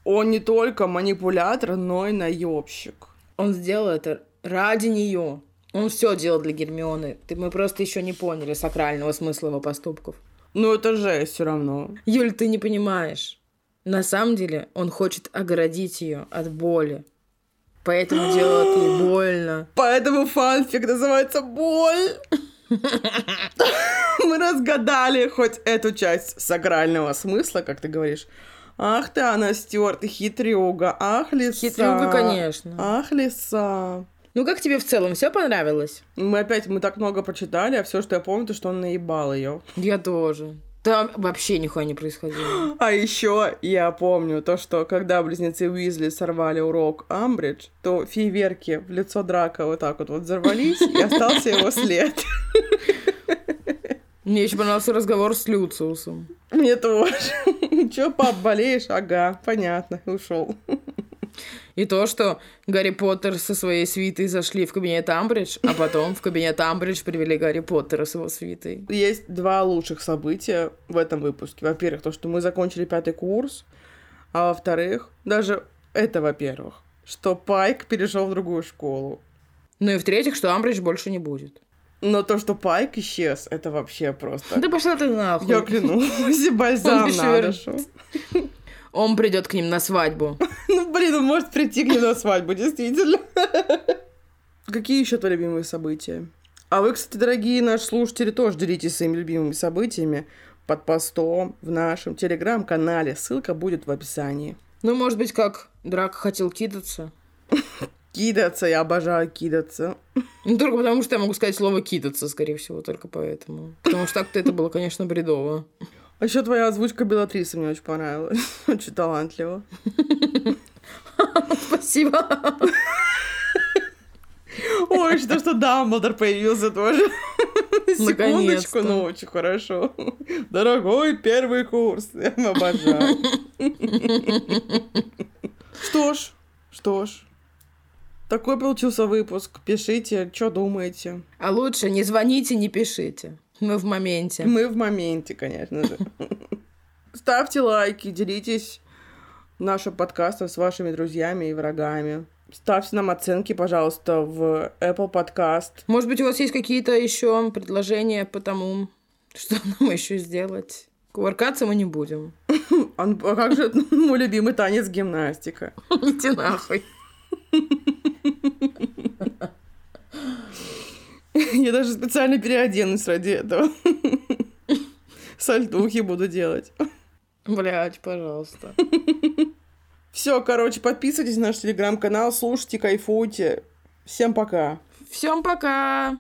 [SPEAKER 1] Он не только манипулятор, но и наебщик.
[SPEAKER 2] Он сделал это ради нее. Он все делал для Гермионы. Ты, мы просто еще не поняли сакрального смысла его поступков.
[SPEAKER 1] Ну, это жесть все равно.
[SPEAKER 2] Юль, ты не понимаешь. На самом деле он хочет оградить ее от боли. Поэтому делает ей *gasps* больно.
[SPEAKER 1] Поэтому фанфик называется «Боль». *laughs* Мы разгадали хоть эту часть сакрального смысла, как ты говоришь. Ах ты, она стюарт, и хитрюга. Ах, лиса.
[SPEAKER 2] Хитрюга, конечно.
[SPEAKER 1] Ах, лиса.
[SPEAKER 2] Ну как тебе в целом все понравилось?
[SPEAKER 1] Мы опять, мы так много прочитали, а все, что я помню, то, что он наебал ее.
[SPEAKER 2] Я тоже. Там вообще нихуя не происходило.
[SPEAKER 1] А еще я помню то, что когда близнецы Уизли сорвали урок Амбридж, то фейверки в лицо Драка вот так вот, вот взорвались, и остался его след.
[SPEAKER 2] *gasps* Мне еще понравился разговор с Люциусом.
[SPEAKER 1] Мне тоже. *laughs* Че, пап, болеешь? Ага, понятно, ушел.
[SPEAKER 2] И то, что Гарри Поттер со своей свитой зашли в кабинет Амбридж, а потом в кабинет Амбридж привели Гарри Поттера с его свитой.
[SPEAKER 1] Есть два лучших события в этом выпуске. Во-первых, то, что мы закончили пятый курс, а во-вторых, даже это во-первых, что Пайк перешел в другую школу.
[SPEAKER 2] Ну и в-третьих, что Амбридж больше не будет.
[SPEAKER 1] Но то, что Пайк исчез, это вообще просто...
[SPEAKER 2] Да пошла ты нахуй.
[SPEAKER 1] Я *laughs* клянусь, бальзам
[SPEAKER 2] Он ещё
[SPEAKER 1] на
[SPEAKER 2] вер-
[SPEAKER 1] душу.
[SPEAKER 2] Он придет к ним на свадьбу.
[SPEAKER 1] Ну, блин, он может прийти к ней на свадьбу, действительно. *laughs* Какие еще твои любимые события? А вы, кстати, дорогие наши слушатели, тоже делитесь своими любимыми событиями под постом в нашем телеграм-канале. Ссылка будет в описании.
[SPEAKER 2] Ну, может быть, как Драко хотел кидаться.
[SPEAKER 1] Кидаться, я обожаю кидаться.
[SPEAKER 2] Ну, только потому, что я могу сказать слово «кидаться», скорее всего, только поэтому. Потому что так-то это было, конечно, бредово.
[SPEAKER 1] А еще твоя озвучка Белатрисы мне очень понравилась. *laughs* Очень талантливо.
[SPEAKER 2] *laughs* Спасибо.
[SPEAKER 1] Ой, что, что Дамблдор появился тоже. Секундочку,
[SPEAKER 2] Наконец-то.
[SPEAKER 1] но очень хорошо. Дорогой первый курс. Я обожаю. Что ж, что ж. Такой получился выпуск. Пишите, что думаете.
[SPEAKER 2] А лучше не звоните, не пишите. Мы в моменте.
[SPEAKER 1] Мы в моменте, конечно же. Ставьте лайки, делитесь нашим подкастом с вашими друзьями и врагами. Ставьте нам оценки, пожалуйста, в Apple Podcast,
[SPEAKER 2] Может быть, у вас есть какие-то еще предложения по тому, что *laughs* нам еще сделать? Кувыркаться мы не будем. *laughs*
[SPEAKER 1] Он- а как же *laughs* мой любимый танец гимнастика? *laughs*
[SPEAKER 2] Идите нахуй.
[SPEAKER 1] Я даже специально переоденусь ради этого. *laughs* Сальтухи буду делать.
[SPEAKER 2] Блять, пожалуйста.
[SPEAKER 1] Все, короче, подписывайтесь на наш телеграм-канал, слушайте, кайфуйте. Всем пока.
[SPEAKER 2] Всем пока!